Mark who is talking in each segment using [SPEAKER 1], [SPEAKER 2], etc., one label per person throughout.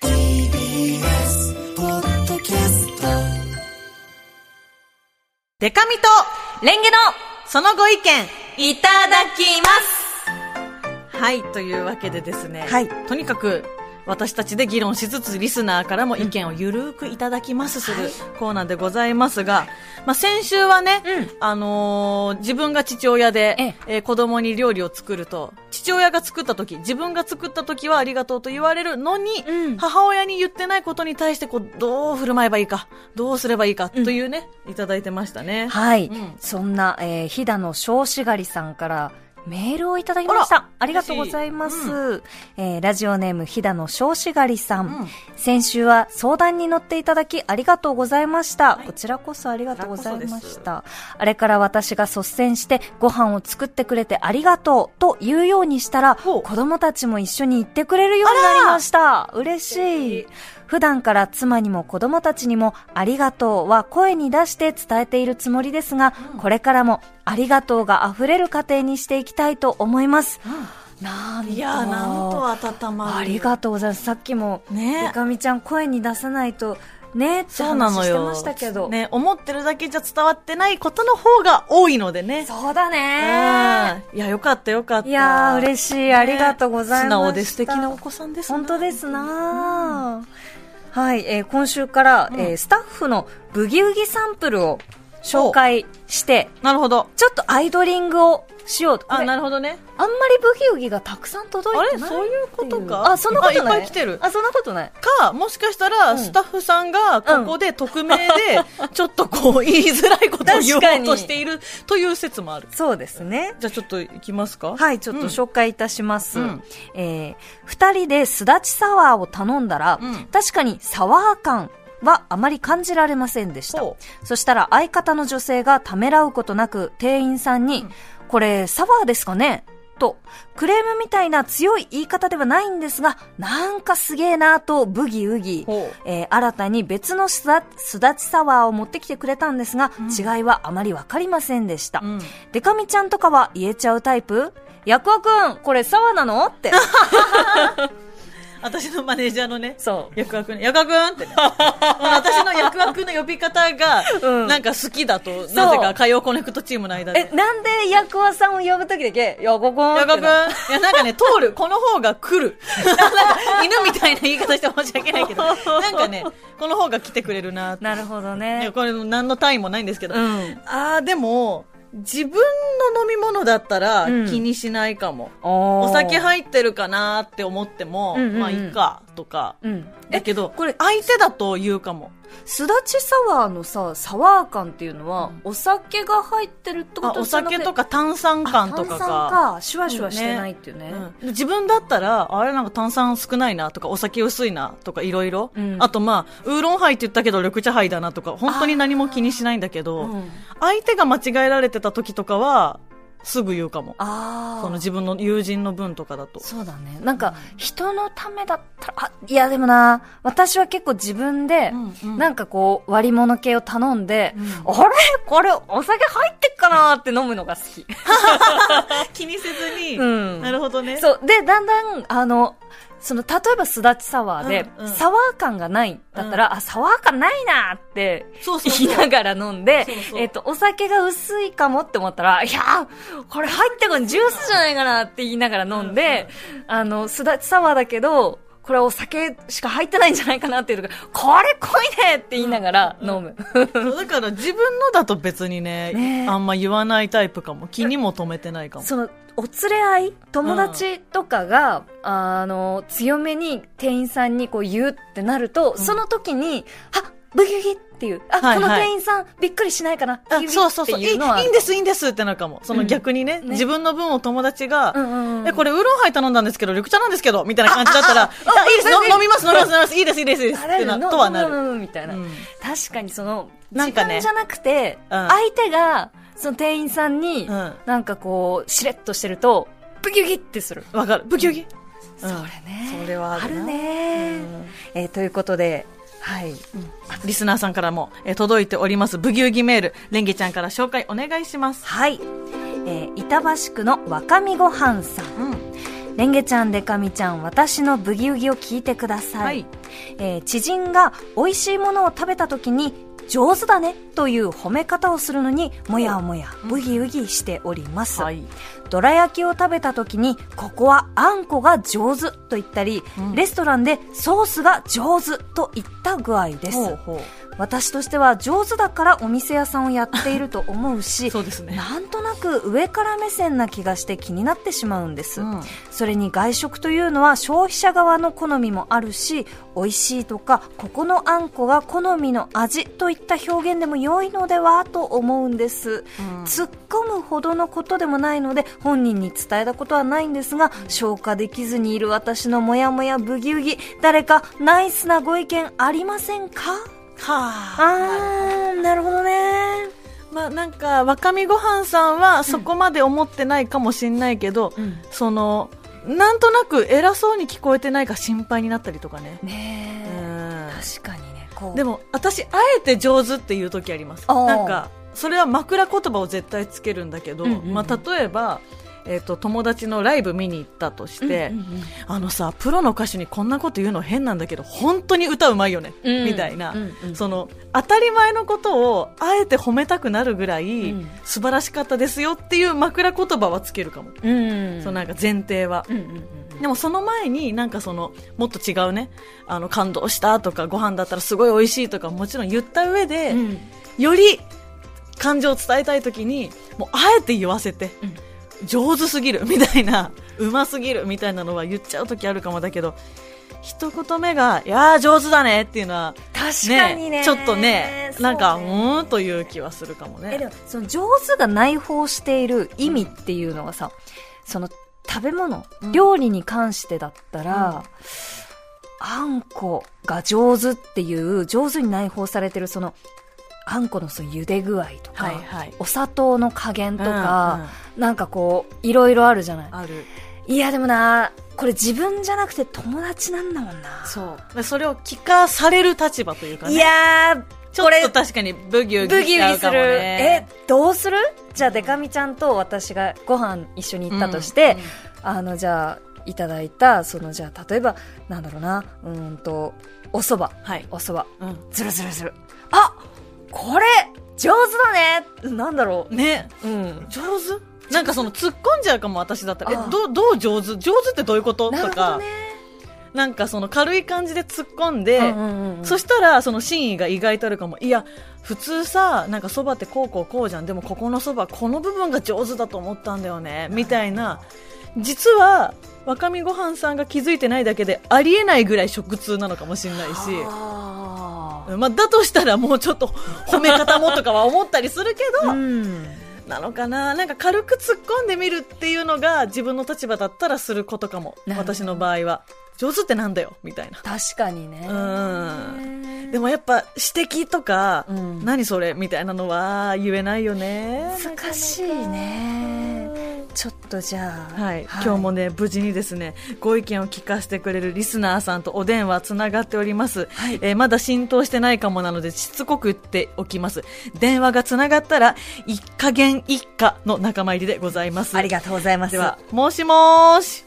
[SPEAKER 1] TBS ポッドキャスト
[SPEAKER 2] デカミとレンゲのそのご意見いただきますはい、というわけでですね。
[SPEAKER 1] はい
[SPEAKER 2] とにかく私たちで議論しつつリスナーからも意見をゆるーくいただきますするコーナーでございますが、まあ、先週はね、あのー自分が父親で、
[SPEAKER 1] え
[SPEAKER 2] えー子供に料理を作ると、父親が作った時、自分が作った時はありがとうと言われるのに、
[SPEAKER 1] うん
[SPEAKER 2] 母親に言ってないことに対してこう、どう振る舞えばいいか、どうすればいいかというね、いただいてましたね。
[SPEAKER 1] はい、
[SPEAKER 2] うん
[SPEAKER 1] そんな、えー、飛騨の少子狩りさんからメールをいただきました。
[SPEAKER 2] あ
[SPEAKER 1] あ
[SPEAKER 2] ら
[SPEAKER 1] りがとうございます。
[SPEAKER 2] 嬉しい
[SPEAKER 1] えーラジオネーム飛騨の少子狩りさん,、
[SPEAKER 2] うん
[SPEAKER 1] 先週は相談に乗っていただきありがとうございました。こちらこそありがとうございま
[SPEAKER 2] こちらこ
[SPEAKER 1] し
[SPEAKER 2] そ
[SPEAKER 1] た。あれから私が率先してご飯を作ってくれてありがとうと言うようにしたら、
[SPEAKER 2] ほ
[SPEAKER 1] 子
[SPEAKER 2] う
[SPEAKER 1] 供たちも一緒に行ってくれるようになりました。嬉しい。普段から妻にも子供たちにもありがとうは声に出して伝えているつもりですが、これからもありがとうが溢れる家庭にしていきたいと思います。なんと。
[SPEAKER 2] いやー、なんと温まる。
[SPEAKER 1] ありがとうございます。さっきも、
[SPEAKER 2] ね
[SPEAKER 1] ゆかみちゃん声に出さないと、ねって
[SPEAKER 2] そうな
[SPEAKER 1] 話
[SPEAKER 2] の
[SPEAKER 1] して
[SPEAKER 2] よ。
[SPEAKER 1] ましたけど。
[SPEAKER 2] ね、思ってるだけじゃ伝わってないことの方が多いのでね。
[SPEAKER 1] そうだ
[SPEAKER 2] うん
[SPEAKER 1] ね。
[SPEAKER 2] いや、よかったよかった。
[SPEAKER 1] いやー、嬉しい。ありがとうございます。
[SPEAKER 2] 素直で素敵なお子さんです。
[SPEAKER 1] 本当ですすなあ、はい、えー今週から、えースタッフのブギウギサンプルを紹介して、
[SPEAKER 2] なるほど。
[SPEAKER 1] ちょっとアイドリングをしようと。こ
[SPEAKER 2] あ、
[SPEAKER 1] れ
[SPEAKER 2] なるほどね。
[SPEAKER 1] あんまりブギウギがたくさん届いてない
[SPEAKER 2] あれそういうことか
[SPEAKER 1] っていうあ、そんなことない。
[SPEAKER 2] あいっぱい来てる
[SPEAKER 1] あ、そんなことない。
[SPEAKER 2] か、もしかしたら、スタッフさんが、ここで匿名で、ちょっとこう、言いづらいことを言おうとしているという説もある。
[SPEAKER 1] そうですね。
[SPEAKER 2] じゃあちょっと行きますか
[SPEAKER 1] はい、ちょっと紹介いたします。
[SPEAKER 2] うん
[SPEAKER 1] えー二人ですだちサワーを頼んだら、
[SPEAKER 2] うん
[SPEAKER 1] 確かにサワー感はあまり感じられませんでした
[SPEAKER 2] ほ。
[SPEAKER 1] そしたら相方の女性がためらうことなく店員さんに、これサワーですかねと、クレームみたいな強い言い方ではないんですが、なんかすげえなぁとブギウギ
[SPEAKER 2] ほう、
[SPEAKER 1] えー新たに別のすだすだちサワーを持ってきてくれたんですが、違いはあまりわかりませんでした。
[SPEAKER 2] うん
[SPEAKER 1] デカミちゃんとかは言えちゃうタイプヤクワくん、これサワな のって。
[SPEAKER 2] 私のマネージャーのね、
[SPEAKER 1] そ
[SPEAKER 2] 役くん、役くんってね、私の役くんの呼び方が、
[SPEAKER 1] うん
[SPEAKER 2] なんか好きだと、なぜか火曜コネクトチームの間
[SPEAKER 1] え、
[SPEAKER 2] で。
[SPEAKER 1] なんでヤクワさんを呼ぶときだけ、ヤクワ
[SPEAKER 2] ヤ
[SPEAKER 1] くん
[SPEAKER 2] カ
[SPEAKER 1] って
[SPEAKER 2] くんい
[SPEAKER 1] な。
[SPEAKER 2] や、なんかね、通る。この方が来る。 なんか犬みたいな言い方して申し訳ないけど。なんかね、この方が来てくれるなって
[SPEAKER 1] なるほど
[SPEAKER 2] い
[SPEAKER 1] ね
[SPEAKER 2] や。これ何の単位もないんですけど。
[SPEAKER 1] うん。
[SPEAKER 2] あー、でも、自分の飲み物だったら
[SPEAKER 1] うん
[SPEAKER 2] 気にしないかも。
[SPEAKER 1] お
[SPEAKER 2] お酒
[SPEAKER 1] い
[SPEAKER 2] 入ってるかなって思っても、
[SPEAKER 1] うんうんうん
[SPEAKER 2] まあいいか、とか。
[SPEAKER 1] うん。
[SPEAKER 2] だけど、
[SPEAKER 1] これ
[SPEAKER 2] 相手だと言うかも。
[SPEAKER 1] すだちサワーのさ、サワー感っていうのは、お酒が入ってるってこ
[SPEAKER 2] あ
[SPEAKER 1] と
[SPEAKER 2] お酒とか
[SPEAKER 1] か
[SPEAKER 2] 炭酸感とか
[SPEAKER 1] 炭酸
[SPEAKER 2] か。
[SPEAKER 1] か、シュワシュワしてないっていうね。
[SPEAKER 2] うん自分だったら、あれなんか炭酸少ないなとか、お酒薄いなとか、いろいろ
[SPEAKER 1] うん。
[SPEAKER 2] あとまあ、ウーロンハイって言ったけど、緑茶ハイだなとか、本当に何も気にしないんだけど、
[SPEAKER 1] うん
[SPEAKER 2] 相手が間違えられてた時とかは、すぐ言うかも。
[SPEAKER 1] ああ。
[SPEAKER 2] その自分の友人の分とかだと。
[SPEAKER 1] そうだね。なんか、人のためだったら、あ、いやでもな、私は結構自分で、
[SPEAKER 2] うんうん
[SPEAKER 1] なんかこう、割り物系を頼んで、
[SPEAKER 2] う
[SPEAKER 1] あれこれお酒入ってっかなって飲むのが好き。
[SPEAKER 2] 気にせずに、
[SPEAKER 1] うん
[SPEAKER 2] なるほどね。
[SPEAKER 1] そう。で、だんだん、あの、その、例えばすだちサワーで、
[SPEAKER 2] うんうん
[SPEAKER 1] サワー感がない、だったら、あ、サワー感ないなって、
[SPEAKER 2] そうそうそう
[SPEAKER 1] 言いながら飲んで、
[SPEAKER 2] そうそう
[SPEAKER 1] えっと、お酒が薄いかもって思ったら、いやー、これ入ってこんジュースじゃないかなって言いながら飲んで、あの、すだちサワーだけど、これお酒しか入ってないんじゃないかなっていうのが、これ濃いねって言いながら飲む。
[SPEAKER 2] そうだから自分のだと別にね
[SPEAKER 1] ねえ
[SPEAKER 2] あんま言わないタイプかも。気にも留めてないかも。
[SPEAKER 1] そのお連れ合い友達とかが、あの強めに店員さんにこう言うってなると、その時に「あブギュギュっていう、あ、
[SPEAKER 2] はいはい
[SPEAKER 1] この店員さん、びっくりしないかな、
[SPEAKER 2] あ
[SPEAKER 1] 指
[SPEAKER 2] そうそうそう
[SPEAKER 1] っ
[SPEAKER 2] い
[SPEAKER 1] てい
[SPEAKER 2] い。い
[SPEAKER 1] うのは。
[SPEAKER 2] いんです、いいんですってなるかも。その逆にね、
[SPEAKER 1] ね
[SPEAKER 2] 自分の分を友達が、
[SPEAKER 1] うんうんうん
[SPEAKER 2] え、これウーロンハイ頼んだんですけど、緑茶なんですけど、みたいな感じだったら、あ
[SPEAKER 1] あ
[SPEAKER 2] いいです、
[SPEAKER 1] うんうん
[SPEAKER 2] 飲飲みます、飲みます、飲みます、いいです、いいです、いいですってな、とはな
[SPEAKER 1] うん
[SPEAKER 2] る。
[SPEAKER 1] うんうんみたいな、
[SPEAKER 2] うん
[SPEAKER 1] 確かにその、
[SPEAKER 2] なんかね
[SPEAKER 1] 自分じゃなくて、
[SPEAKER 2] うん
[SPEAKER 1] 相手が、その店員さんに、
[SPEAKER 2] うん
[SPEAKER 1] なんかこう、しれっとしてると、ブギュギってする。
[SPEAKER 2] わかる。ブキュギ。
[SPEAKER 1] それ
[SPEAKER 2] うん
[SPEAKER 1] ね。
[SPEAKER 2] それはあるな
[SPEAKER 1] ね、えーということで、はい。
[SPEAKER 2] リスナーさんからも、えー届いております、ブギウギメール、レンゲちゃんから紹介お願いします。
[SPEAKER 1] はい。えー板橋区の若見ごはんさん。
[SPEAKER 2] うん。
[SPEAKER 1] レンゲちゃん、デカミちゃん、私のブギウギを聞いてください。
[SPEAKER 2] はい
[SPEAKER 1] えー知人が美味しいものを食べた時に、上手だねという褒め方をするのに、もやもや、ブギウギしております。
[SPEAKER 2] はい。
[SPEAKER 1] どら焼きを食べた時に、ここはあんこが上手と言ったり、
[SPEAKER 2] うん
[SPEAKER 1] レストランでソースが上手と言った具合です。
[SPEAKER 2] ほうほ
[SPEAKER 1] 私としては上手だからお店屋さんをやっていると思う
[SPEAKER 2] う。
[SPEAKER 1] し、
[SPEAKER 2] そうですね。
[SPEAKER 1] なんとなく上から目線な気がして気になってしまうんです、
[SPEAKER 2] うん
[SPEAKER 1] それに外食というのは消費者側の好みもあるし美味しいとかここのあんこが好みの味といった表現でも良いのではと思うんです、突っ込むほどのことでもないので本人に伝えたことはないんですが消化できずにいる私のモヤモヤブギウギ誰かナイスなご意見ありませんか
[SPEAKER 2] はあ。
[SPEAKER 1] あーなるほどね
[SPEAKER 2] まあなんか、若見ごはんさんはそこまで思ってないかもしんないけど、
[SPEAKER 1] ん
[SPEAKER 2] その、なんとなく偉そうに聞こえてないか心配になったりとかね。
[SPEAKER 1] ねえ、
[SPEAKER 2] うん
[SPEAKER 1] 確かにねこう
[SPEAKER 2] でも私あえて上手っていう時あります
[SPEAKER 1] おー
[SPEAKER 2] なんかそれは枕言葉を絶対つけるんだけど、
[SPEAKER 1] うんうんうん
[SPEAKER 2] まあ、例えば、えっと友達のライブ見に行ったとして、
[SPEAKER 1] うんうんうん
[SPEAKER 2] あのさプロの歌手にこんなこと言うの変なんだけど本当に歌うまいよね、
[SPEAKER 1] うん
[SPEAKER 2] みたいな、
[SPEAKER 1] うんうん
[SPEAKER 2] その当たり前のことをあえて褒めたくなるぐらい、
[SPEAKER 1] うん
[SPEAKER 2] 素晴らしかったですよっていう枕言葉はつけるかも、
[SPEAKER 1] うん
[SPEAKER 2] そのなんか前提は。
[SPEAKER 1] うんうんうん
[SPEAKER 2] でもその前になんかそのもっと違うねあの感動したとかご飯だったらすごい美味しいとかもちろん言った上で、
[SPEAKER 1] うんうん
[SPEAKER 2] より感情を伝えたい時にもうあえて言わせて、上手すぎるみたいな うますぎるみたいなのは言っちゃう時あるかもだけど一言目が「いやー上手だね」っていうのは
[SPEAKER 1] 確かにね
[SPEAKER 2] ちょっとね
[SPEAKER 1] そうね
[SPEAKER 2] なんかうーんという気はするかも
[SPEAKER 1] えで
[SPEAKER 2] ね
[SPEAKER 1] もその上手が内包している意味っていうのがさ、その食べ物、
[SPEAKER 2] うん
[SPEAKER 1] 料理に関してだったら、あんこが上手っていう上手に内包されてるそのあんこのその茹で具合とか、
[SPEAKER 2] はいはい
[SPEAKER 1] お砂糖の加減とか、なんかこういろいろあるじゃない
[SPEAKER 2] うんうんある
[SPEAKER 1] いやでもなこれ自分じゃなくて友達なんだもんな
[SPEAKER 2] そうでそれを聞かされる立場というかね
[SPEAKER 1] いや
[SPEAKER 2] ちょっと確かにブギ
[SPEAKER 1] ー
[SPEAKER 2] ウ
[SPEAKER 1] ブ
[SPEAKER 2] ギし
[SPEAKER 1] ギ
[SPEAKER 2] ち
[SPEAKER 1] ウ
[SPEAKER 2] ゃ
[SPEAKER 1] ギ
[SPEAKER 2] う
[SPEAKER 1] す
[SPEAKER 2] かも
[SPEAKER 1] る、
[SPEAKER 2] ね。
[SPEAKER 1] えどうするじゃあデカミちゃんと私がご飯一緒に行ったとして、あのじゃあいただいたそのじゃあ例えばなんだろうなうーんとお蕎麦
[SPEAKER 2] うんはい。
[SPEAKER 1] お蕎麦
[SPEAKER 2] う
[SPEAKER 1] ズルズルズルあこれ上手だねなんだろ
[SPEAKER 2] ん、ね、
[SPEAKER 1] ううん
[SPEAKER 2] 上手なんかその突っ込んじゃうかも私だったら、え
[SPEAKER 1] ああ、
[SPEAKER 2] どう、どう上手上手ってどういうこと
[SPEAKER 1] なる
[SPEAKER 2] と
[SPEAKER 1] ほど
[SPEAKER 2] か
[SPEAKER 1] ね、
[SPEAKER 2] なんかその軽い感じで突っ込んで、そ
[SPEAKER 1] し
[SPEAKER 2] したらその真意が意外とあるかも。いや、普通さ、なんかそばってこうこうこうじゃん。でもここのそば、この部分が上手だと思ったんだよね。みたいな。実は、若見ごはんさんが気づいてないだけで、ありえないぐらい食通なのかもしれないし。
[SPEAKER 1] あ
[SPEAKER 2] まあ、だとしたらもうちょっと褒め方もとかは思ったりするけ
[SPEAKER 1] ー
[SPEAKER 2] ど、
[SPEAKER 1] うん
[SPEAKER 2] なのかななんか軽く突っ込んでみるっていうのが自分の立場だったらすることかも
[SPEAKER 1] なるほど
[SPEAKER 2] 私の場合は上手ってなんだよみたいな
[SPEAKER 1] 確かにね
[SPEAKER 2] うんでもやっぱ指摘とか、
[SPEAKER 1] うん
[SPEAKER 2] 何それみたいなのは言えないよね
[SPEAKER 1] 難しいねちょっとじゃあ
[SPEAKER 2] はい、今日もね無事にですねご意見を聞かせてくれるリスナーさんとお電話つながっております、えーまだ浸透してないかもなのでしつこく言っておきます電話がつながったら一加減一家の仲間入りでございます
[SPEAKER 1] ありがとうございます
[SPEAKER 2] ではもしもーし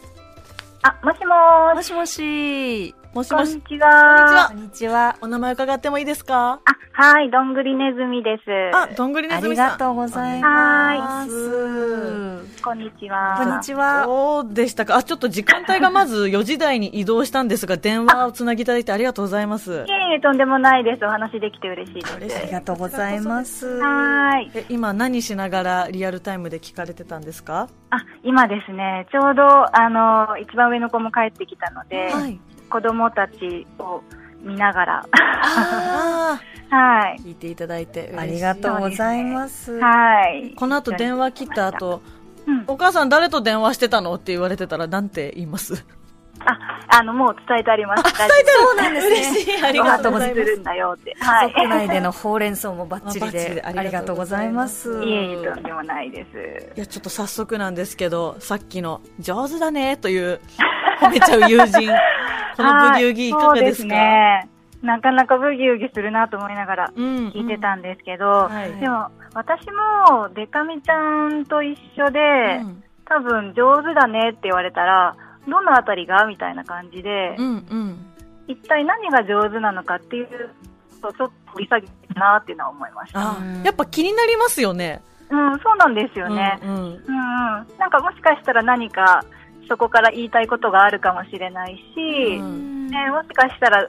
[SPEAKER 3] あ、もしもー
[SPEAKER 1] も
[SPEAKER 3] し。
[SPEAKER 1] しもし
[SPEAKER 2] もし
[SPEAKER 3] こ
[SPEAKER 2] も
[SPEAKER 3] ん
[SPEAKER 2] し
[SPEAKER 3] にちは。
[SPEAKER 1] こんにちは
[SPEAKER 2] お名前伺ってもいいですか
[SPEAKER 3] あ、はい、どんぐりネズミです。
[SPEAKER 2] あどんぐり
[SPEAKER 1] あ
[SPEAKER 2] ねず
[SPEAKER 1] り
[SPEAKER 2] みさん
[SPEAKER 1] がとうござい
[SPEAKER 3] は
[SPEAKER 1] ま
[SPEAKER 3] ー
[SPEAKER 1] す
[SPEAKER 3] こんにちは。
[SPEAKER 1] こんにちは
[SPEAKER 2] どうでしたかあちょっと時間帯がまず4時台に移動したんですが電話をつなぎいただいてありがとうございます
[SPEAKER 3] いえいえ、とんでもないです。お話できて嬉しいで
[SPEAKER 2] 嬉しい
[SPEAKER 1] ありがとうございます
[SPEAKER 3] す。はーい。
[SPEAKER 2] え今何しながらリアルタイムで聞かれてたんですか
[SPEAKER 3] あ、今ですね、ちょうど、あの、一番上の子も帰ってきたので、
[SPEAKER 2] い
[SPEAKER 3] 子供たちを見ながら、
[SPEAKER 2] ああ
[SPEAKER 3] はい。
[SPEAKER 2] 聞いていただいて嬉しい
[SPEAKER 1] ありがとうございます。
[SPEAKER 3] はい。
[SPEAKER 2] この後電話切った後、
[SPEAKER 3] うん
[SPEAKER 2] お母さん誰と電話してたのって言われてたらなんて言います
[SPEAKER 3] あ、あの、もう伝えてあります。伝え
[SPEAKER 1] そうなんですね。
[SPEAKER 2] 嬉しいあり
[SPEAKER 3] ご
[SPEAKER 2] がと
[SPEAKER 3] 飯
[SPEAKER 2] う
[SPEAKER 3] と
[SPEAKER 2] ご
[SPEAKER 3] も
[SPEAKER 2] ざい
[SPEAKER 3] す
[SPEAKER 2] ます
[SPEAKER 3] るんだよって。は
[SPEAKER 1] 家
[SPEAKER 3] い。
[SPEAKER 1] 族内でのほうれん草もバッチリ
[SPEAKER 2] バッチリ
[SPEAKER 1] で
[SPEAKER 2] で
[SPEAKER 1] あ
[SPEAKER 2] あ
[SPEAKER 1] り
[SPEAKER 2] り
[SPEAKER 1] が
[SPEAKER 2] が
[SPEAKER 1] と
[SPEAKER 2] とう
[SPEAKER 1] うご
[SPEAKER 2] ご
[SPEAKER 1] ざ
[SPEAKER 2] ざ
[SPEAKER 1] い
[SPEAKER 2] い
[SPEAKER 1] ま
[SPEAKER 2] ますす。
[SPEAKER 3] いえいえ、とんでもないです。
[SPEAKER 2] いやちょっと早速なんですけどさっきの「上手だね」という褒めちゃう友人このブギウギいかがですか、
[SPEAKER 3] はいそうですね。なかなかブギウギするなと思いながら
[SPEAKER 2] うん、
[SPEAKER 3] 聞いて
[SPEAKER 2] ん
[SPEAKER 3] たんですけど、
[SPEAKER 2] はい
[SPEAKER 3] でも、私も、デカミちゃんと一緒で、
[SPEAKER 2] うん
[SPEAKER 3] 多分、上手だねって言われたら、どのあたりがみたいな感じで、
[SPEAKER 2] うんうん
[SPEAKER 3] 一体何が上手なのかっていうことをちょっと掘り下げてるなっていうのは思いました。
[SPEAKER 2] あ
[SPEAKER 1] うん
[SPEAKER 2] やっぱ気になりますよね
[SPEAKER 3] うん、そうなんですよね。
[SPEAKER 2] うんうん
[SPEAKER 3] うん、うん、なんかもしかしたら何かそこから言いたいことがあるかもしれないし、
[SPEAKER 2] う
[SPEAKER 1] うんん
[SPEAKER 3] ね、もしかしたら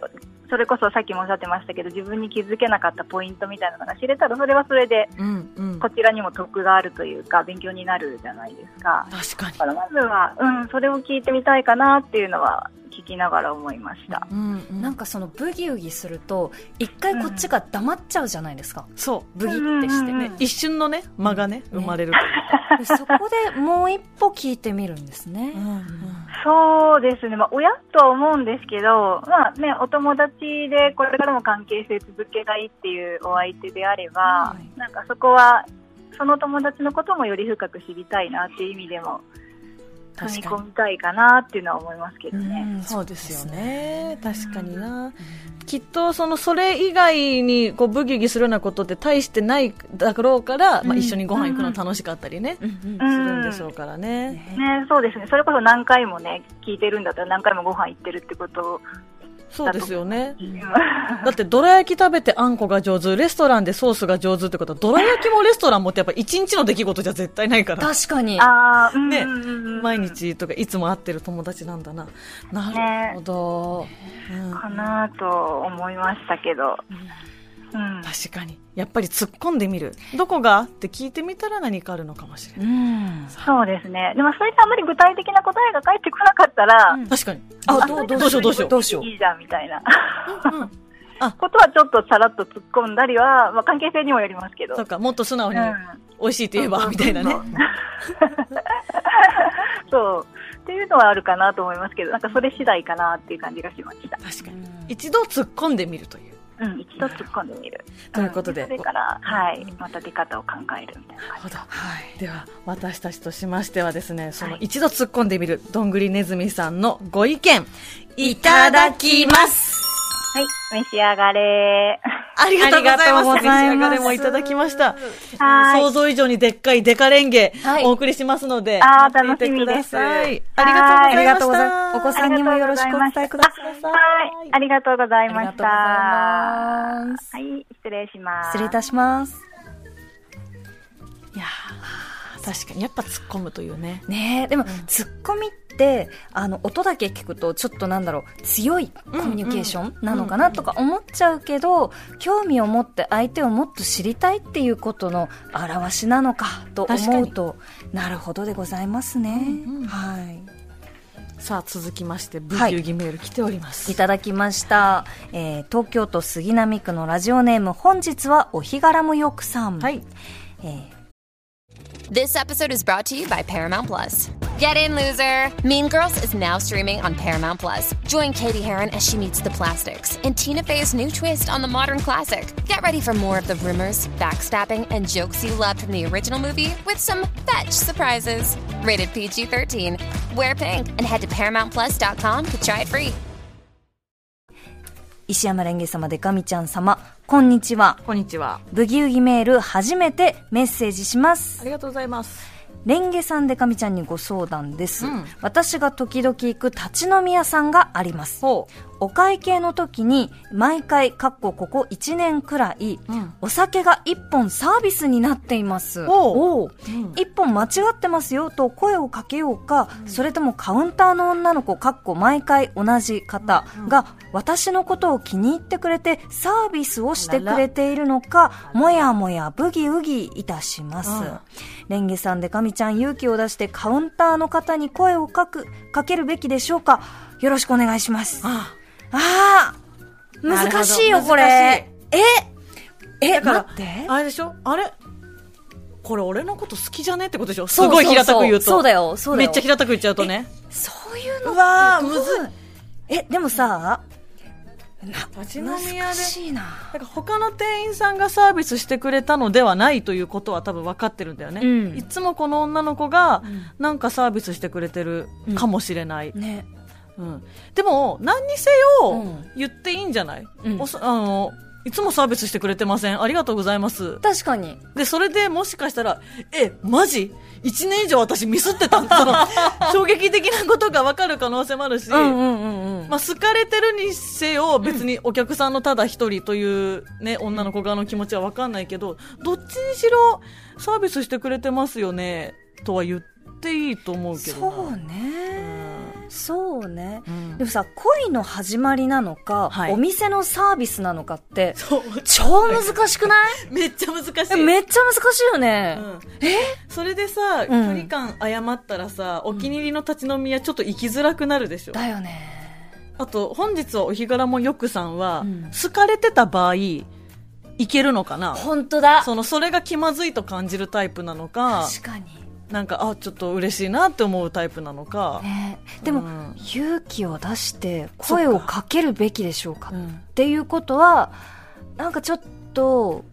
[SPEAKER 3] それこそさっきもおっしゃってましたけど自分に気づけなかったポイントみたいなのが知れたらそれはそれで
[SPEAKER 2] うんうん
[SPEAKER 3] こちらにも得があるというか勉強になるじゃないですか。
[SPEAKER 2] 確かに
[SPEAKER 3] だからまずは、うん、それを聞いてみたいかなっていうのは聞きながら思いました。
[SPEAKER 2] うんうん
[SPEAKER 1] なんかそのブギウギすると一回こっちが黙っちゃうじゃないですか、
[SPEAKER 2] そ
[SPEAKER 1] ブギってして、
[SPEAKER 3] うんうんうん
[SPEAKER 2] う一瞬のね間がね
[SPEAKER 1] うん
[SPEAKER 2] 生まれるというか
[SPEAKER 1] でそこでもう一歩聞いてみるんですね、
[SPEAKER 2] うんうん
[SPEAKER 3] そうですね、まあ、親とは思うんですけど、まあね、お友達でこれからも関係性続けがいいっていうお相手であれば、
[SPEAKER 1] はい
[SPEAKER 3] なんかそこはその友達のこともより深く知りたいなっていう意味でも
[SPEAKER 2] 確か
[SPEAKER 3] 踏み込
[SPEAKER 2] に
[SPEAKER 3] みたいかなっていうのは思いますけど
[SPEAKER 1] う
[SPEAKER 3] ね。
[SPEAKER 1] ん
[SPEAKER 2] そうですよね確かになきっとそのそれ以外にこうブギウギするようなことって大してないだろうから、ま
[SPEAKER 1] う
[SPEAKER 2] あ、
[SPEAKER 1] ん
[SPEAKER 2] 一緒にご飯行くの楽しかったりね、
[SPEAKER 1] うんうん
[SPEAKER 3] うん
[SPEAKER 2] するんでしょうからね、
[SPEAKER 1] ね
[SPEAKER 3] ね、そうですねそれこそ何回もね聞いてるんだったら何回もご飯行ってるってことを、
[SPEAKER 2] そうですよね
[SPEAKER 3] うん
[SPEAKER 2] だってどら焼き食べてあんこが上手レストランでソースが上手ってことはどら焼きもレストランもってやっぱ一日の出来事じゃ絶対ないから
[SPEAKER 1] 確かに
[SPEAKER 3] あーうん
[SPEAKER 2] ね
[SPEAKER 3] うんうんうん
[SPEAKER 2] 毎日とかいつも会ってる友達なんだななるほど、うん
[SPEAKER 3] かなと思いましたけど、うん、
[SPEAKER 2] 確かにやっぱり突っ込んでみるどこがって聞いてみたら何かあるのかもしれない、
[SPEAKER 1] うん
[SPEAKER 3] そうですね。でもそれであまり具体的な答えが返ってこなかったら、
[SPEAKER 1] うん
[SPEAKER 2] 確かにあどうどうしようどうしよう
[SPEAKER 1] どうしよう
[SPEAKER 3] いいじゃんみたいな
[SPEAKER 2] うん
[SPEAKER 3] ことはちょっとさらっと突っ込んだりは、まあ、関係性にもよりますけど。
[SPEAKER 2] そうかもっと素直
[SPEAKER 3] う
[SPEAKER 2] に
[SPEAKER 3] ん
[SPEAKER 2] 美味しいと言えばみたいなね。
[SPEAKER 3] そう。っていうのはあるかなと思いますけど、なんかそれ次第かなっていう感じがしました。
[SPEAKER 2] 確か
[SPEAKER 1] う
[SPEAKER 2] に
[SPEAKER 1] ん
[SPEAKER 2] 一度突っ込んでみるという
[SPEAKER 3] うん、一度突っ込んで みる。
[SPEAKER 2] ということで
[SPEAKER 3] んそれから、はい
[SPEAKER 2] うん、
[SPEAKER 3] また出方を考えるみたいな感
[SPEAKER 2] ほど、はい、では私たちとしましてはですねその一度突っ込んでみるどんぐりねずみさんのご意見いただきます
[SPEAKER 3] じ。はい、召し上がれ。
[SPEAKER 2] ありがとうございます
[SPEAKER 1] ありがとうござ
[SPEAKER 2] 召
[SPEAKER 1] います
[SPEAKER 2] し上がれもいただきました
[SPEAKER 3] はい
[SPEAKER 2] 想像以上にでっかいデカレンゲ
[SPEAKER 1] はい
[SPEAKER 2] お送りしますので、
[SPEAKER 3] あー
[SPEAKER 2] 待っていてください
[SPEAKER 3] 楽しみです
[SPEAKER 2] あ
[SPEAKER 1] あ
[SPEAKER 2] り
[SPEAKER 1] り
[SPEAKER 2] が
[SPEAKER 1] が
[SPEAKER 2] と
[SPEAKER 1] と
[SPEAKER 2] う
[SPEAKER 1] う
[SPEAKER 2] ご
[SPEAKER 1] ご
[SPEAKER 2] ざ
[SPEAKER 1] ざ
[SPEAKER 2] いました
[SPEAKER 1] います。お子さんにもよろしくお伝えください。
[SPEAKER 3] はい、ありがとうございました。
[SPEAKER 1] ありがとうございます
[SPEAKER 3] はい、失礼します。
[SPEAKER 1] 失礼いたします。
[SPEAKER 2] いやー確かにやっぱ突っ込むというね
[SPEAKER 1] ねえ、でも、ツッコミって、あの、音だけ聞くと、ちょっとなんだろう、強いコミュニケーションなのかなとか思っちゃうけど、興味を持って相手をもっと知りたいっていうことの表しなのかと思うと、なるほどでございますね。
[SPEAKER 2] うんうん
[SPEAKER 1] はい。
[SPEAKER 2] さあ続きましてブギウギメール来ております、
[SPEAKER 1] いただきました。えー東京都杉並区のラジオネーム、本日はお日柄もよくさん。
[SPEAKER 2] はい
[SPEAKER 1] えー
[SPEAKER 4] This episode is brought to you by Paramount Plus. Get in, loser! Mean Girls is now streaming on Paramount Plus. Join Katie Heron as she meets the plastics and Tina Fey's new twist on the modern classic. Get ready for more of the rumors, backstabbing, and jokes you loved from the original movie with some fetch surprises. Rated PG 13. Wear pink and head to ParamountPlus.com to try it free.
[SPEAKER 1] 石山レンゲ様、でかみちゃん様、こんにちは。
[SPEAKER 2] こんにちは
[SPEAKER 1] ブギウギメール初めてメッセージします
[SPEAKER 2] あ。りがとうございます
[SPEAKER 1] レンゲさんでかみちゃんにご相談です。
[SPEAKER 2] うん
[SPEAKER 1] 私が時々行く立ち飲み屋さんがあります。
[SPEAKER 2] ほ
[SPEAKER 1] お会計の時に毎回、かっこここ1年くらい、
[SPEAKER 2] うん
[SPEAKER 1] お酒が1本サービスになっています。
[SPEAKER 2] おう
[SPEAKER 1] う一本間違ってますよと声をかけようか、それともカウンターの女の子かっこ毎回同じ方が私のことを気に入ってくれてサービスをしてくれているのかもやもやブギウギいたします、
[SPEAKER 2] うん
[SPEAKER 1] レンゲさんでかみちゃん勇気を出してカウンターの方に声をかくかけるべきでしょうかよろしくお願いしますあ
[SPEAKER 2] あ
[SPEAKER 1] あー難しいよこれええ、
[SPEAKER 2] だから
[SPEAKER 1] 待って。
[SPEAKER 2] あれでしょあれこれ俺のこと好きじゃねってことでしょすごい平たく言うと。
[SPEAKER 1] そうそうだよそうだよ
[SPEAKER 2] めっちゃ平たく言っちゃうとね。
[SPEAKER 1] そういうの
[SPEAKER 2] うわー
[SPEAKER 1] って
[SPEAKER 2] むずい
[SPEAKER 1] どうえ、でもさ、な
[SPEAKER 2] 立ち飲み屋
[SPEAKER 1] 難
[SPEAKER 2] で
[SPEAKER 1] しいな。
[SPEAKER 2] なんか他の店員さんがサービスしてくれたのではないということは多分分かってるんだよね、
[SPEAKER 1] うん
[SPEAKER 2] いつもこの女の子がなんかサービスしてくれてるかもしれない、うん
[SPEAKER 1] ね。
[SPEAKER 2] でも何にせ
[SPEAKER 1] う
[SPEAKER 2] よ
[SPEAKER 1] ん
[SPEAKER 2] 言っていいんじゃない、
[SPEAKER 1] うん
[SPEAKER 2] おそあのいつもサービスしてくれてませんありがとうございます
[SPEAKER 1] 確かに。
[SPEAKER 2] でそれでもしかしたらえマジ1年以上私ミスってたそ の衝撃的なことが分かる可能性もあるし、
[SPEAKER 1] うんうんうんうん。
[SPEAKER 2] まあ、好かれてるにせよ別にお客さんのただ一人という、ね、女の子側の気持ちは分かんないけどどっちにしろサービスしてくれてますよねとは言っていいと思うけどな
[SPEAKER 1] そうね。そうね。
[SPEAKER 2] ん
[SPEAKER 1] でもさ、恋の始まりなのか、
[SPEAKER 2] はい
[SPEAKER 1] お店のサービスなのかって、
[SPEAKER 2] そう
[SPEAKER 1] 超難し くない
[SPEAKER 2] めっちゃ難し
[SPEAKER 1] え
[SPEAKER 2] い
[SPEAKER 1] めっちゃ難しいよね。
[SPEAKER 2] うんそれでさ、距離感誤ったらさお気に入りの立ち飲み屋ちょっと行きづらくなるでしょ、
[SPEAKER 1] だよね。
[SPEAKER 2] あと本日はお日柄もよくさんは、
[SPEAKER 1] ん
[SPEAKER 2] 好かれてた場合行けるのかな
[SPEAKER 1] 本当だ。
[SPEAKER 2] そのそれが気まずいと感じるタイプなのか
[SPEAKER 1] 確かに。
[SPEAKER 2] なんかあちょっと嬉しいなって思うタイプなのか、
[SPEAKER 1] ね、で
[SPEAKER 2] う
[SPEAKER 1] も
[SPEAKER 2] ん、
[SPEAKER 1] 勇気を出して声をかけるべきでしょうか
[SPEAKER 2] う
[SPEAKER 1] っ
[SPEAKER 2] ん
[SPEAKER 1] ていうことは、なんかちょっと、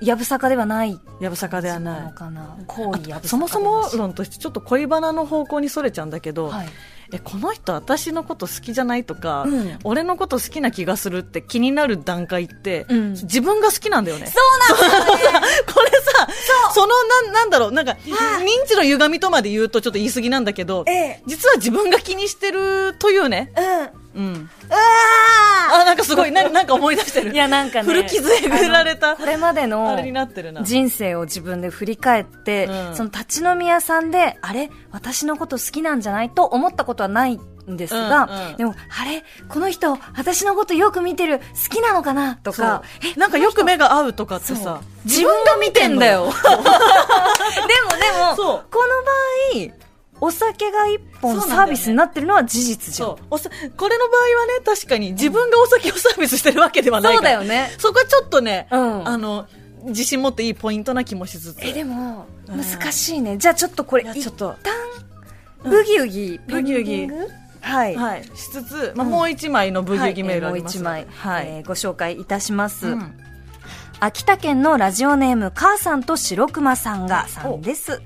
[SPEAKER 1] やぶさかではない
[SPEAKER 2] やぶさかではな
[SPEAKER 1] の
[SPEAKER 2] い
[SPEAKER 1] かな。行為やぶさか
[SPEAKER 2] そもそ
[SPEAKER 1] だ
[SPEAKER 2] も
[SPEAKER 1] し
[SPEAKER 2] 論としてちょっと恋バナの方向にそれちゃうんだけど、
[SPEAKER 1] はい。
[SPEAKER 2] えこの人私のこと好きじゃないとか、
[SPEAKER 1] うん
[SPEAKER 2] 俺のこと好きな気がするって気になる段階って、
[SPEAKER 1] うん
[SPEAKER 2] 自分が好きなんだよね これさ、そのなん、なんだろう、なんか、認知の歪みとまで言うとちょっと言い過ぎなんだけど、
[SPEAKER 1] ええ
[SPEAKER 2] 実は自分が気にしてるというね。うん。うん。あなんかすごい、ななんか思い出してる。
[SPEAKER 1] いやなんかね
[SPEAKER 2] 古傷えぐられた
[SPEAKER 1] こ、れまでの
[SPEAKER 2] あれになってるな。
[SPEAKER 1] 人生を自分で振り返って、
[SPEAKER 2] うん
[SPEAKER 1] その立ち飲み屋さんで、あれ私のこと好きなんじゃないと思ったことはないんですが、
[SPEAKER 2] うんうん
[SPEAKER 1] でも、あれこの人、私のことよく見てる、好きなのかなとか、
[SPEAKER 2] そうなんかよく目が合うとかって
[SPEAKER 1] そう
[SPEAKER 2] さ、
[SPEAKER 1] 自分が見てんだよ。でもで
[SPEAKER 2] そ
[SPEAKER 1] も
[SPEAKER 2] う、
[SPEAKER 1] この場合、お酒が一
[SPEAKER 2] そ
[SPEAKER 1] 本
[SPEAKER 2] うなんだ
[SPEAKER 1] サ
[SPEAKER 2] よね
[SPEAKER 1] ービスになってるのは事実じゃん。
[SPEAKER 2] そうおさこれの場合はね、確かに自分がお酒をサービスしてるわけではないから。
[SPEAKER 1] そうだよね
[SPEAKER 2] そこはちょっとね、
[SPEAKER 1] うん
[SPEAKER 2] あの、自信持っていいポイントな気もしつつ。
[SPEAKER 1] え、でも、難しいね。じゃあちょっとこれ、
[SPEAKER 2] いや
[SPEAKER 1] 一
[SPEAKER 2] ちょっと
[SPEAKER 1] 旦、ブギウギ、
[SPEAKER 2] ブギウギ
[SPEAKER 1] ペンディングはい。
[SPEAKER 2] はい。しつつ、まあ、もう一枚のブギウギメールありますので、
[SPEAKER 1] はいえーもう一枚、
[SPEAKER 2] はい。
[SPEAKER 1] えーご紹介いたします、
[SPEAKER 2] うん
[SPEAKER 1] 秋田県のラジオネーム母さんと白熊さんがさんです、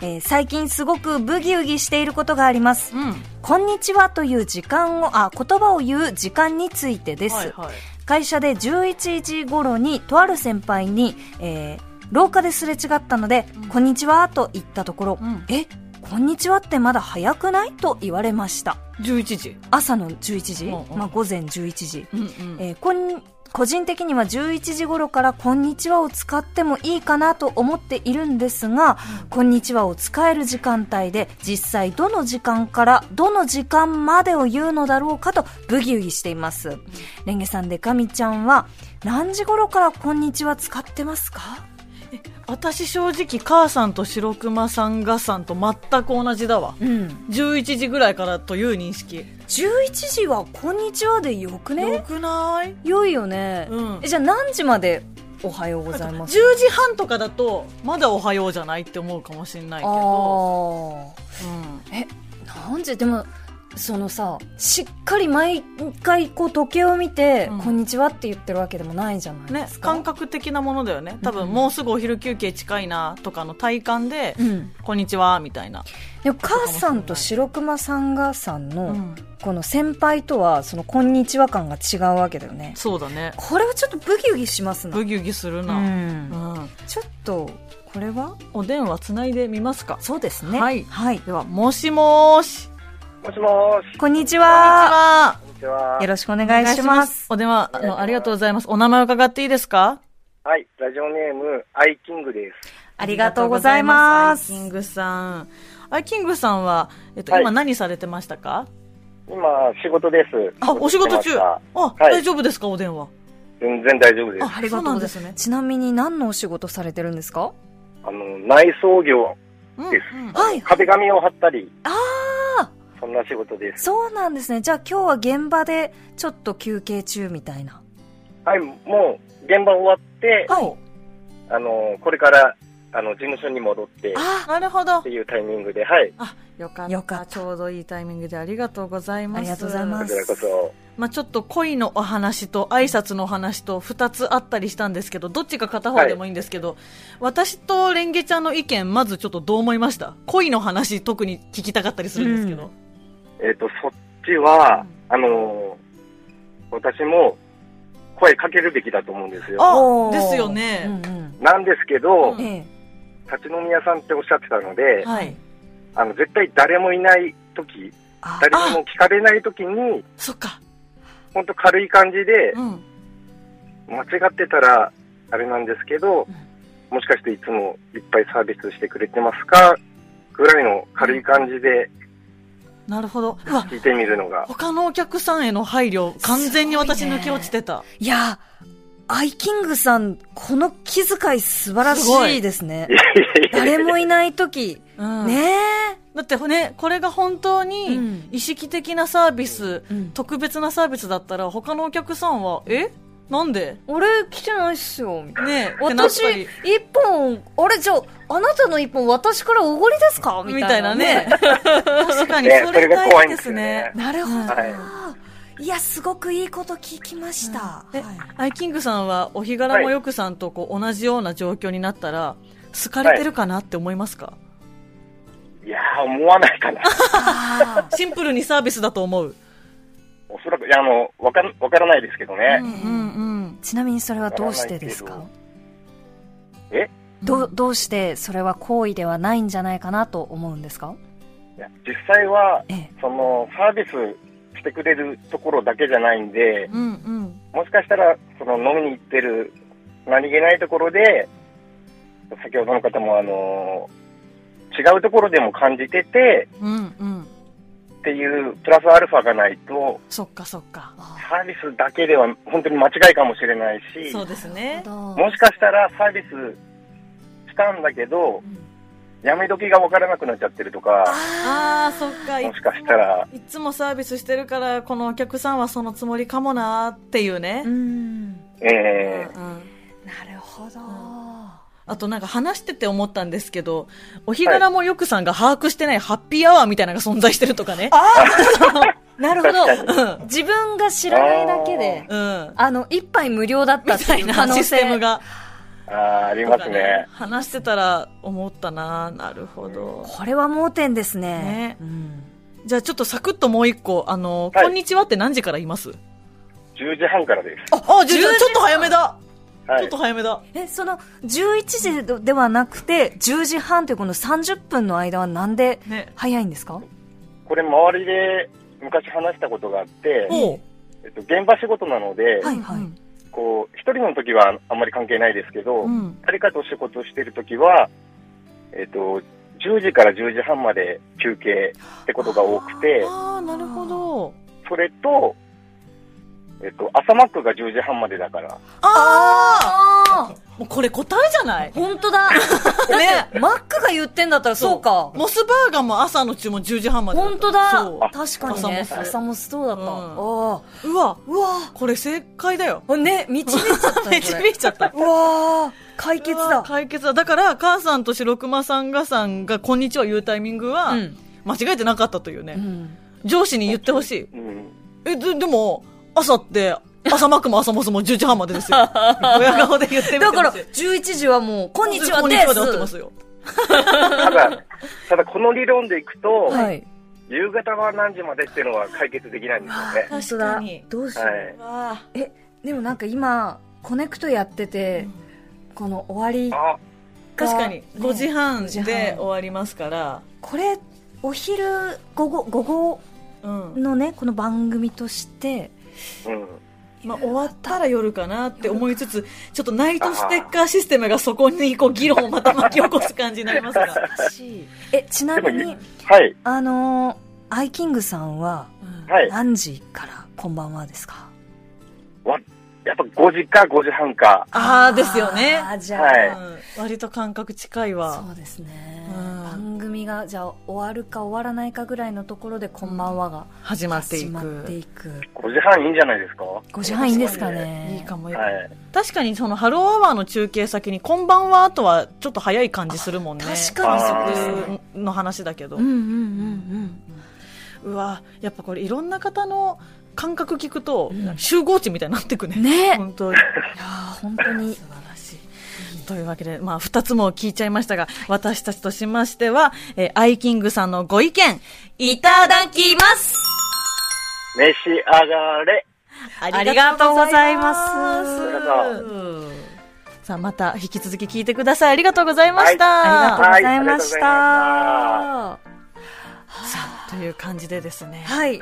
[SPEAKER 1] えー最近すごくブギウギしていることがあります、
[SPEAKER 2] うん
[SPEAKER 1] こんにちはという時間をあ言葉を言う時間についてです、
[SPEAKER 2] はいはい
[SPEAKER 1] 会社で11時頃にとある先輩に、えー廊下ですれ違ったので、こんにちはと言ったところ、
[SPEAKER 2] ん
[SPEAKER 1] えこんにちはってまだ早くないと言われました
[SPEAKER 2] 11時。
[SPEAKER 1] 朝の11時、
[SPEAKER 2] うんうん
[SPEAKER 1] まあ、午前11時、
[SPEAKER 2] うんうん
[SPEAKER 1] えーこん個人的には11時頃から「こんにちは」を使ってもいいかなと思っているんですが「こんにちは」を使える時間帯で実際どの時間からどの時間までを言うのだろうかとブギウギしていますレンゲさんでかみちゃんは何時頃から「こんにちは」使ってますか
[SPEAKER 2] 私正直、母さんと白熊さんがさんと全く同じだわ。
[SPEAKER 1] うん
[SPEAKER 2] 11時ぐらいからという認識。
[SPEAKER 1] 11時は「こんにちは」でよく
[SPEAKER 2] よ
[SPEAKER 1] ね
[SPEAKER 2] くない
[SPEAKER 1] 良いよね、
[SPEAKER 2] うん
[SPEAKER 1] えじゃあ何時までおはようござい
[SPEAKER 2] ?10
[SPEAKER 1] ます
[SPEAKER 2] 時半とかだと、まだおはようじゃないって思うかもしれないけ
[SPEAKER 1] あ
[SPEAKER 2] ど。
[SPEAKER 1] ー
[SPEAKER 2] うん
[SPEAKER 1] えなんででもそのさしっかり毎回こう時計を見て「
[SPEAKER 2] うん
[SPEAKER 1] こんにちは」って言ってるわけでもないじゃないで
[SPEAKER 2] ね
[SPEAKER 1] す、か、
[SPEAKER 2] 感覚的なものだよね。多分、もうすぐお昼休憩近いなとかの体感で、
[SPEAKER 1] うん、
[SPEAKER 2] こんにちは、みたいな。
[SPEAKER 1] でも母さんと白熊さんがさん
[SPEAKER 2] う
[SPEAKER 1] の
[SPEAKER 2] ん
[SPEAKER 1] この先輩とはその「こんにちは」感が違うわけだよね
[SPEAKER 2] そうだね。
[SPEAKER 1] これはちょっとブギウギしますな
[SPEAKER 2] ブギウギする
[SPEAKER 1] う
[SPEAKER 2] な。
[SPEAKER 1] ん、
[SPEAKER 2] うん
[SPEAKER 1] ちょっとこれは
[SPEAKER 2] お電話つないでみますか。
[SPEAKER 1] そうですね
[SPEAKER 2] はい
[SPEAKER 1] はい、
[SPEAKER 2] では、もしもーし。
[SPEAKER 5] もしもーし。
[SPEAKER 1] こんに
[SPEAKER 2] こんにち
[SPEAKER 1] ちは
[SPEAKER 2] は。
[SPEAKER 5] こんにちは
[SPEAKER 1] よ。ろしくお願いします
[SPEAKER 2] お電話、あの、ありがとうございます。お名前伺っていいですか
[SPEAKER 5] はい、ラジオネーム、アイキングです。
[SPEAKER 1] ありがとうございま
[SPEAKER 2] アイキン
[SPEAKER 1] す
[SPEAKER 2] グさん。アイキングさんは、えっと、
[SPEAKER 5] はい
[SPEAKER 2] 今何されてましたか
[SPEAKER 5] 今、仕事です。
[SPEAKER 2] あ、お仕事中。あ、
[SPEAKER 5] い
[SPEAKER 2] 大丈夫ですかお電話。
[SPEAKER 5] 全然大丈夫です。
[SPEAKER 2] あ
[SPEAKER 1] ありがとうございます
[SPEAKER 2] そうなんですね
[SPEAKER 1] ちなみに何のお仕事されてるんですか
[SPEAKER 5] あの、内装業、
[SPEAKER 2] うん
[SPEAKER 5] です
[SPEAKER 2] うん
[SPEAKER 1] はい
[SPEAKER 5] 壁紙を貼ったり、
[SPEAKER 1] ああ
[SPEAKER 5] そんな仕事です。
[SPEAKER 1] そうなんですねじゃあ今日は現場でちょっと休憩中みたいな
[SPEAKER 5] はい、もう、現場終わって、
[SPEAKER 2] はい。
[SPEAKER 5] あの、これから、あの、事務所に戻って、っ
[SPEAKER 2] なるほど
[SPEAKER 5] て。いうタイミングで、はい。
[SPEAKER 2] あ、よかった。
[SPEAKER 1] よかった
[SPEAKER 2] ちょうどいいタイミングでありがとうございます。
[SPEAKER 1] ありがとうございま
[SPEAKER 5] こ
[SPEAKER 1] す
[SPEAKER 5] ちらこそ。
[SPEAKER 2] まあちょっと恋のお話と挨拶のお話と2つあったりしたんですけど、どっちか片方でもいいんですけど、私とレンゲちゃんの意見、まずちょっとどう思いました恋の話特に聞きたかったりするんですけど。
[SPEAKER 5] えっ、と、そっちは、あの、私も声かけるべきだと思うんですよ。
[SPEAKER 2] あ
[SPEAKER 1] おー
[SPEAKER 2] ですよね。
[SPEAKER 1] うんうん
[SPEAKER 5] なんですけど、
[SPEAKER 2] うん
[SPEAKER 1] え
[SPEAKER 5] 立ち飲み屋さんっておっしゃってたので、
[SPEAKER 2] はい。
[SPEAKER 5] あの、絶対誰もいない時、
[SPEAKER 1] あ
[SPEAKER 5] 誰にも聞かれない時に、
[SPEAKER 2] そっか。
[SPEAKER 5] ほんと軽い感じで
[SPEAKER 2] う、ん。
[SPEAKER 5] 間違ってたら、あれなんですけど、もしかしていつもいっぱいサービスしてくれてますかぐらいの軽い感じで
[SPEAKER 2] なるほど。うわ、
[SPEAKER 5] 聞いてみるのが。
[SPEAKER 2] 他のお客さんへの配慮、完全に私抜け落ちてた。
[SPEAKER 1] いや、アイキングさん、この気遣い素晴らしいですね
[SPEAKER 5] い。やいやいや
[SPEAKER 1] 誰もいないとき、
[SPEAKER 2] うん
[SPEAKER 1] ね
[SPEAKER 2] だってね、これが本当
[SPEAKER 1] う
[SPEAKER 2] に
[SPEAKER 1] ん
[SPEAKER 2] 意識的なサービス、
[SPEAKER 1] え、
[SPEAKER 2] 特別なサービスだったら、他のお客さんは、えなんで
[SPEAKER 1] 俺来てないっすよ、みたいな。
[SPEAKER 2] ねえ、ってなっ
[SPEAKER 1] 私
[SPEAKER 2] たり、
[SPEAKER 1] 一本、あれじゃあ、あなたの一本私からおごりですかみ
[SPEAKER 2] み
[SPEAKER 1] た
[SPEAKER 2] た
[SPEAKER 1] い
[SPEAKER 2] い
[SPEAKER 1] な
[SPEAKER 2] な
[SPEAKER 1] ね
[SPEAKER 2] ね。。確かに、
[SPEAKER 5] ね
[SPEAKER 2] そ
[SPEAKER 5] それ
[SPEAKER 2] れ
[SPEAKER 5] が怖
[SPEAKER 2] 大
[SPEAKER 5] い
[SPEAKER 2] 事
[SPEAKER 5] んで
[SPEAKER 2] ですす
[SPEAKER 5] よね
[SPEAKER 2] ね。
[SPEAKER 1] なるほど。、
[SPEAKER 5] はい
[SPEAKER 1] や、すご くいいこと聞きました。
[SPEAKER 2] で
[SPEAKER 1] はい
[SPEAKER 2] アイキングさんは、お日柄もよくさんとこう同じような状況になったら、好かれてるかなって思いますか、
[SPEAKER 5] いやー、思わないかな。
[SPEAKER 1] あ
[SPEAKER 2] シンプルにサービスだと思う。
[SPEAKER 5] おそらく、いや、あの、わかん、わからないですけどね。
[SPEAKER 2] うんうん
[SPEAKER 1] ーちなみにそれはどうしてですか
[SPEAKER 5] え
[SPEAKER 1] どうどうしてそれは行為ではないんじゃないかなと思うんですか
[SPEAKER 5] いや実際は、
[SPEAKER 1] ええ
[SPEAKER 5] その、サービスしてくれるところだけじゃないんで、
[SPEAKER 2] うん。うんうん。
[SPEAKER 5] もしかしたら、その、飲みに行ってる、何気ないところで、先ほどの方も、あの違うところでも感じてて、
[SPEAKER 2] うんうん。
[SPEAKER 5] っていう、プラスアルファがないと、
[SPEAKER 2] そっかそっか。
[SPEAKER 5] サービスだけでは本当に間違いかもしれないし、
[SPEAKER 2] そうですね。
[SPEAKER 5] もしかしたらサービスしたんだけど、やめ時が分からなくなっちゃってるとか、
[SPEAKER 2] ああ、そっか。い
[SPEAKER 5] もしかしたら、
[SPEAKER 2] いつもサービスしてるから、このお客さんはそのつもりかもなーっていうね
[SPEAKER 1] う。ん
[SPEAKER 5] え
[SPEAKER 2] うんうん
[SPEAKER 1] なるほど、
[SPEAKER 2] あとなんか話してて思ったんですけど、お日柄もよくさんが把握してないハッピーアワーみたいなのが存在してるとかね。
[SPEAKER 1] なるほど自分が知らないだけで
[SPEAKER 2] うん。
[SPEAKER 1] あの一杯無料だった
[SPEAKER 2] み
[SPEAKER 1] って
[SPEAKER 2] た
[SPEAKER 1] い
[SPEAKER 2] いう
[SPEAKER 1] 可
[SPEAKER 2] な
[SPEAKER 1] 能
[SPEAKER 2] シ
[SPEAKER 1] 性
[SPEAKER 2] ステムが。
[SPEAKER 5] ーあーありますね。
[SPEAKER 2] 話してたら思ったななるほど。
[SPEAKER 1] これは盲点ですね
[SPEAKER 2] ね
[SPEAKER 1] うん
[SPEAKER 2] じゃあちょっとサクッともう一個、あの、
[SPEAKER 5] はい
[SPEAKER 2] こんにちはって何時からいます
[SPEAKER 5] 10時半からです。
[SPEAKER 2] あ、あ、ちょっと早めだ、
[SPEAKER 5] は
[SPEAKER 2] ちょ
[SPEAKER 5] い
[SPEAKER 2] っと。早めだ。
[SPEAKER 1] えその11時ではなくて10時半というこの30分の間はなんで
[SPEAKER 2] ね。
[SPEAKER 1] 早いんですか、
[SPEAKER 5] これ周りで昔話したことがあって、
[SPEAKER 2] おう
[SPEAKER 5] えっと、現場仕事なので、
[SPEAKER 1] はいはい、
[SPEAKER 5] こう、一人の時はあんまり関係ないですけど、
[SPEAKER 2] うん。
[SPEAKER 5] 誰かと仕事してるときは、えっと、10時から10時半まで休憩ってことが多くて、
[SPEAKER 2] ああ、なるほど。
[SPEAKER 5] それと、えっと、朝マックが10時半までだから、
[SPEAKER 2] あ
[SPEAKER 1] ああ
[SPEAKER 2] あもうこれ答えじゃない
[SPEAKER 1] 本当 だ
[SPEAKER 2] ね。
[SPEAKER 1] マックが言ってんだったらそうか
[SPEAKER 2] モスバーガーも朝の注文10時半まで
[SPEAKER 1] 本当
[SPEAKER 2] そう
[SPEAKER 1] だ確かにね
[SPEAKER 2] 朝もそう
[SPEAKER 1] 朝もそうだった、
[SPEAKER 2] うん
[SPEAKER 1] ああ
[SPEAKER 2] うわ
[SPEAKER 1] うわ
[SPEAKER 2] これ正解だよ
[SPEAKER 1] ーね 導い ちゃったねこ
[SPEAKER 2] 導
[SPEAKER 1] れ
[SPEAKER 2] いちゃった
[SPEAKER 1] うわー解決
[SPEAKER 2] うわ
[SPEAKER 1] だ
[SPEAKER 2] 解決だだから母さんと白熊さんがさんが「こんにちは」言うタイミングは、
[SPEAKER 1] うん
[SPEAKER 2] 間違えてなかったというね、
[SPEAKER 1] うん
[SPEAKER 2] 上司に言ってほしい
[SPEAKER 5] うん、
[SPEAKER 2] えででも朝って朝マックも朝モスも10時半までですよ親顔で言ってみて
[SPEAKER 1] だ
[SPEAKER 2] ほしい
[SPEAKER 1] から11時はもう「こんにちは
[SPEAKER 2] こん
[SPEAKER 1] で
[SPEAKER 2] に
[SPEAKER 1] す
[SPEAKER 2] ちはで合ってますよ
[SPEAKER 5] ただ、 ただこの理論でいくと、
[SPEAKER 1] はい
[SPEAKER 5] 夕方は何時までっていうのは解決できないんですよね。
[SPEAKER 1] 本当
[SPEAKER 2] 確か
[SPEAKER 1] だ
[SPEAKER 2] に
[SPEAKER 1] どうしよう、
[SPEAKER 5] はい。
[SPEAKER 2] わ
[SPEAKER 1] でもなんか今コネクトやってて、この終わりが
[SPEAKER 5] あ、
[SPEAKER 2] 確かに
[SPEAKER 1] ね
[SPEAKER 2] 5時半
[SPEAKER 1] 5時半
[SPEAKER 2] で終わりますから、
[SPEAKER 1] これお昼午後午後
[SPEAKER 2] うん
[SPEAKER 1] のねこの番組として
[SPEAKER 5] うん。
[SPEAKER 2] まあ、終わったら夜かなって思いつつちょっとナイトステッカーシステムがそこにこう議論をまた巻き起こす感じになりますが
[SPEAKER 1] えちな
[SPEAKER 5] でも
[SPEAKER 1] み
[SPEAKER 5] い
[SPEAKER 1] に
[SPEAKER 5] い、はい、
[SPEAKER 1] あのー、アイキングさんは
[SPEAKER 5] はい。
[SPEAKER 1] 何時からこんばんはですか
[SPEAKER 5] わやっぱ5時か5時半か。
[SPEAKER 2] ああですよね
[SPEAKER 1] あーじゃあ、
[SPEAKER 5] はい
[SPEAKER 2] うん割と感覚近いわ
[SPEAKER 1] そうですね、
[SPEAKER 2] うん
[SPEAKER 1] 番組組がじゃあ終わるか終わらないかぐらいのところで「こんばんは」が
[SPEAKER 2] 始まってい
[SPEAKER 1] 始
[SPEAKER 2] く
[SPEAKER 1] まっていく
[SPEAKER 5] 5時半いいんじゃないですかは
[SPEAKER 1] 5時半いいんですかね
[SPEAKER 2] いいかも
[SPEAKER 5] い
[SPEAKER 2] よ、確かにそのハローアワーの中継先に「こんばんは」とはちょっと早い感じするもんね
[SPEAKER 1] 確
[SPEAKER 5] かに
[SPEAKER 2] そう
[SPEAKER 5] そうです
[SPEAKER 2] いうの話だけど、
[SPEAKER 1] うんうんうん
[SPEAKER 2] うわやっぱこれいろんな方の感覚聞くと、
[SPEAKER 1] うん
[SPEAKER 2] 集合値みたいになってくね
[SPEAKER 1] うんね
[SPEAKER 2] 本当に
[SPEAKER 1] いやー本当に
[SPEAKER 2] 素晴らしい。というわけで、まあ、二つも聞いちゃいましたが、私たちとしましては、えーアイキングさんのご意見、いただきます
[SPEAKER 5] 召し上がれ
[SPEAKER 2] ありがとうございます
[SPEAKER 5] りがとう
[SPEAKER 2] さあ、また引き続き聞いてください。ありがとうございました。
[SPEAKER 5] はい
[SPEAKER 1] ありがとうございました、
[SPEAKER 5] は
[SPEAKER 2] という感じでですね。
[SPEAKER 1] はい、
[SPEAKER 2] い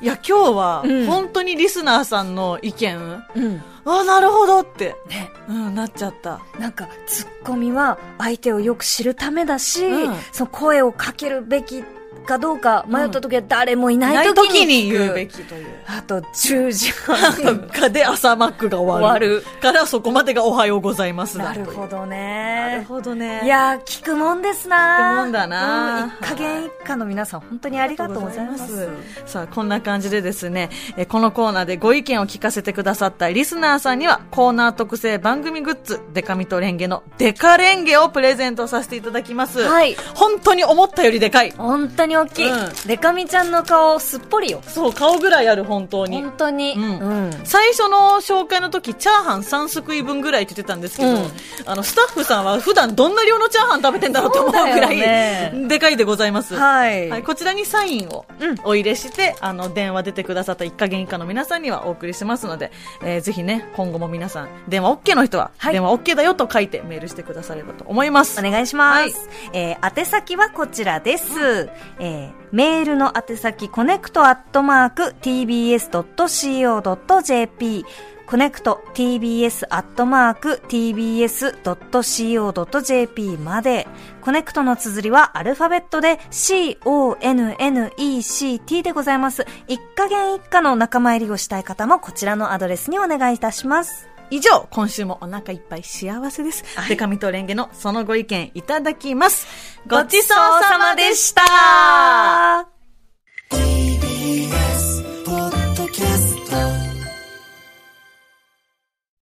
[SPEAKER 2] や、今日は
[SPEAKER 1] うん、
[SPEAKER 2] 本当にリスナーさんの意見、
[SPEAKER 1] うん、
[SPEAKER 2] あ、なるほどって、
[SPEAKER 1] ね
[SPEAKER 2] うん、なっちゃった。
[SPEAKER 1] なんかツッコミは相手をよく知るためだし、
[SPEAKER 2] うん
[SPEAKER 1] その声をかけるべきかどうか迷った時は誰もいない時
[SPEAKER 2] 時
[SPEAKER 1] に
[SPEAKER 2] に
[SPEAKER 1] 聞く
[SPEAKER 2] 言うべきという。
[SPEAKER 1] あと10時
[SPEAKER 2] な
[SPEAKER 1] 半
[SPEAKER 2] んかで朝マックが終わる。からそこまでがおはようございます
[SPEAKER 1] な
[SPEAKER 2] だとい
[SPEAKER 1] る
[SPEAKER 2] う
[SPEAKER 1] ほど
[SPEAKER 2] なる
[SPEAKER 1] ね
[SPEAKER 2] ほどね。
[SPEAKER 1] いやー聞くもんですな
[SPEAKER 2] 聞くもんだな
[SPEAKER 1] うん一家元一家の皆さん本当にありがとうございます
[SPEAKER 2] さあ、こんな感じでですね、えーこのコーナーでご意見を聞かせてくださったリスナーさんには、コーナー特製番組グッズ、デカミとレンゲのデカレンゲをプレゼントさせていただきます。
[SPEAKER 1] はい
[SPEAKER 2] 本当に思ったよりでかい。
[SPEAKER 1] 本当に大きい、
[SPEAKER 2] うん
[SPEAKER 1] デカミちゃんの顔すっぽりよ
[SPEAKER 2] そう、顔ぐらいある、本当に。
[SPEAKER 1] 本当に
[SPEAKER 2] うん
[SPEAKER 1] うん
[SPEAKER 2] 最初の紹介の時、チャーハン3すくい分ぐらいって言ってたんですけど、
[SPEAKER 1] うん
[SPEAKER 2] あの、スタッフさんは普段どんな量のチャーハン食べてんだろうと思うぐら
[SPEAKER 1] そうだよね
[SPEAKER 2] い、でかいでございます。
[SPEAKER 1] はい、
[SPEAKER 2] はい、こちらにサインを
[SPEAKER 1] うん
[SPEAKER 2] お入れして、あの、電話出てくださった一家元以下の皆さんにはお送りしますので、えーぜひね、今後も皆さん、電話 OK の人は、
[SPEAKER 1] はい
[SPEAKER 2] 電話 OK だよと書いてメールしてくださればと思います。
[SPEAKER 1] お願いします。えー宛先はこちらです。えーメールの宛先、コネクトアットマーク tbs.co.jp コネクト tbs アットマーク tbs.co.jp まで。コネクトの綴りはアルファベットで connect でございます。一家元一家の仲間入りをしたい方もこちらのアドレスにお願いいたします。
[SPEAKER 2] 以上、今週もお腹いっぱい幸せです。でかみとレンゲのそのご意見いただきます。ごちそうさまでした。